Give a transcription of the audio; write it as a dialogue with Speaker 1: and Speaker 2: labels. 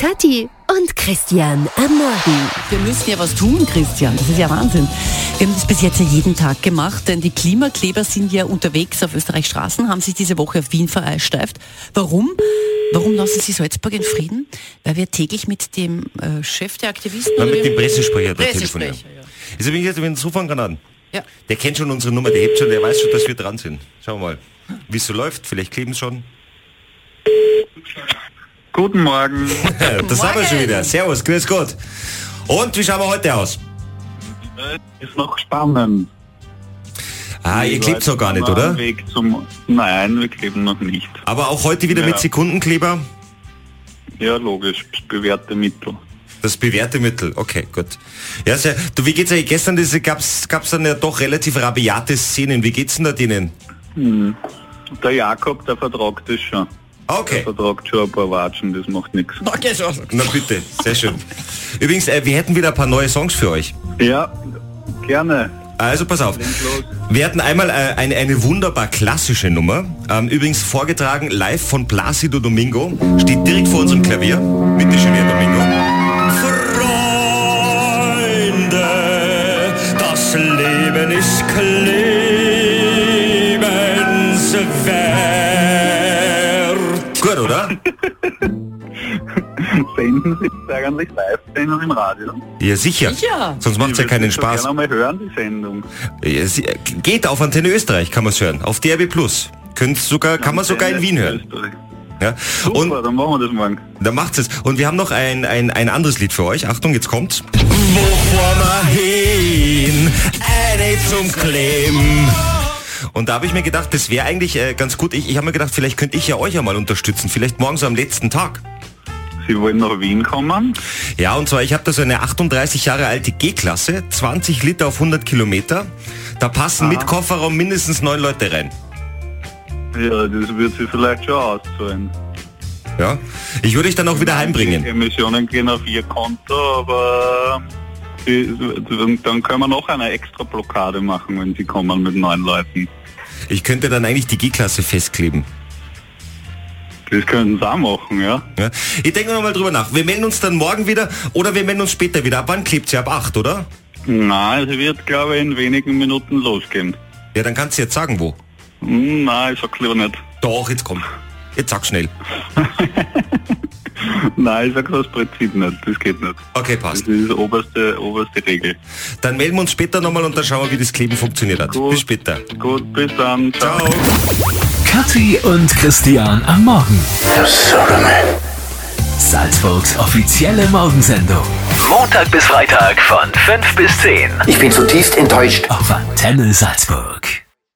Speaker 1: Kathi und Christian am Morgen.
Speaker 2: Wir müssen ja was tun, Christian. Das ist ja Wahnsinn. Wir haben das bis jetzt ja jeden Tag gemacht, denn die Klimakleber sind ja unterwegs auf Österreichs Straßen, haben sich diese Woche auf Wien versteift. Warum? Warum lassen Sie Salzburg in Frieden? Weil wir täglich mit dem äh, Chef der Aktivisten...
Speaker 3: Nein,
Speaker 2: oder
Speaker 3: mit
Speaker 2: wem-
Speaker 3: dem Pressesprecher da telefonieren.
Speaker 2: Pressesprecher, ja.
Speaker 3: Also bin ich jetzt übrigens rufen kann an.
Speaker 2: Ja.
Speaker 3: Der kennt schon unsere Nummer, der hebt schon, der weiß schon, dass wir dran sind. Schauen wir mal, wie es so läuft. Vielleicht kleben schon.
Speaker 4: Guten Morgen.
Speaker 3: Ja, das haben wir schon
Speaker 2: Morgen.
Speaker 3: wieder. Servus, grüß Gott. Und wie schauen wir heute aus?
Speaker 4: Ist noch spannend.
Speaker 3: Ah, ihr
Speaker 4: Wie
Speaker 3: klebt
Speaker 4: weit
Speaker 3: so gar
Speaker 4: sind
Speaker 3: nicht,
Speaker 4: wir am
Speaker 3: oder?
Speaker 4: Weg zum Nein, wir kleben noch nicht.
Speaker 3: Aber auch heute wieder mit
Speaker 4: Ja.
Speaker 3: Sekundenkleber.
Speaker 4: Ja, logisch. Bewährte Mittel.
Speaker 3: Das bewährte Mittel, okay, gut. Ja, sehr. Du, wie geht's euch? Gestern diese, gab's, gab's dann ja doch relativ rabiate Szenen. Wie geht's denn da denen?
Speaker 4: Der Jakob, der vertragt das schon. Der
Speaker 3: Ah, Okay.
Speaker 4: vertragt schon ein paar Watschen, das macht nichts.
Speaker 2: Okay, so.
Speaker 3: Na bitte, sehr schön. Übrigens, äh, wir hätten wieder ein paar neue Songs für euch.
Speaker 4: Ja, gerne.
Speaker 3: Also pass auf.
Speaker 4: los.
Speaker 3: Wir hatten einmal äh, eine, eine wunderbar klassische Nummer. Ähm, übrigens vorgetragen live von Placido Domingo. Steht direkt vor unserem Klavier. Bitte schön, Herr Domingo. Freunde, das Leben ist lebenswert. Gut, oder?
Speaker 4: Senden Sie das eigentlich live, senden Sie im Radio.
Speaker 3: Ja, sicher.
Speaker 2: Sicher.
Speaker 3: Sonst macht's ja
Speaker 4: Ich würde
Speaker 3: keinen
Speaker 4: das so
Speaker 3: Spaß.
Speaker 4: Gerne mal hören, die Sendung.
Speaker 3: Ja, sie- äh, Geht auf Antenne Österreich, kann man es hören. Auf DRB Plus. Könnt's sogar, kann man sogar in Wien hören.
Speaker 4: Österreich.
Speaker 3: Ja?
Speaker 4: Super,
Speaker 3: Und
Speaker 4: dann machen wir das morgen.
Speaker 3: da macht's es. Und wir haben noch ein, ein, ein anderes Lied für euch. Achtung, jetzt kommt's. Wo fahren wir hin? Eine zum Kleben. Und da habe ich mir gedacht, das wäre eigentlich äh, ganz gut. Ich, ich habe mir gedacht, vielleicht könnte ich ja euch ja mal unterstützen. Vielleicht morgen so am letzten Tag.
Speaker 4: Sie wollen nach Wien kommen?
Speaker 3: Ja, und zwar, ich habe da so eine 38 Jahre alte G-Klasse, 20 Liter auf 100 Kilometer. Da passen mit Kofferraum mindestens neun Leute rein.
Speaker 4: Ja, das wird sie vielleicht schon auszahlen.
Speaker 3: Ja. Ich würde dich dann auch wieder
Speaker 4: Die
Speaker 3: heimbringen.
Speaker 4: Emissionen gehen auf ihr Konto, aber die, dann können wir noch eine extra Blockade machen, wenn sie kommen mit neun Leuten.
Speaker 3: Ich könnte dann eigentlich die G-Klasse festkleben.
Speaker 4: Das können sie auch machen, ja.
Speaker 3: Ja. Ne? Ich denke nochmal drüber nach. Wir melden uns dann morgen wieder oder wir melden uns später wieder. Ab wann klebt sie? Ab 8, oder?
Speaker 4: Nein, es wird, glaube ich, in wenigen Minuten losgehen.
Speaker 3: Ja, dann kannst du jetzt sagen, wo.
Speaker 4: Hm, Nein, ich sag's lieber nicht.
Speaker 3: Doch, jetzt komm. Jetzt sag schnell.
Speaker 4: Nein, ich sag's aus Prinzip nicht. Das geht nicht.
Speaker 3: Okay,
Speaker 4: Das
Speaker 3: passt.
Speaker 4: ist die oberste, oberste Regel.
Speaker 3: Dann melden wir uns später nochmal und dann schauen wir, wie das Kleben funktioniert hat.
Speaker 4: Gut.
Speaker 3: Bis später.
Speaker 4: Gut, bis dann. Ciao.
Speaker 3: Ciao.
Speaker 5: Kathi und Christian am Morgen. Salzburgs offizielle Morgensendung
Speaker 6: Montag bis Freitag von 5 bis 10.
Speaker 7: Ich bin zutiefst enttäuscht.
Speaker 5: auf Antenne Salzburg.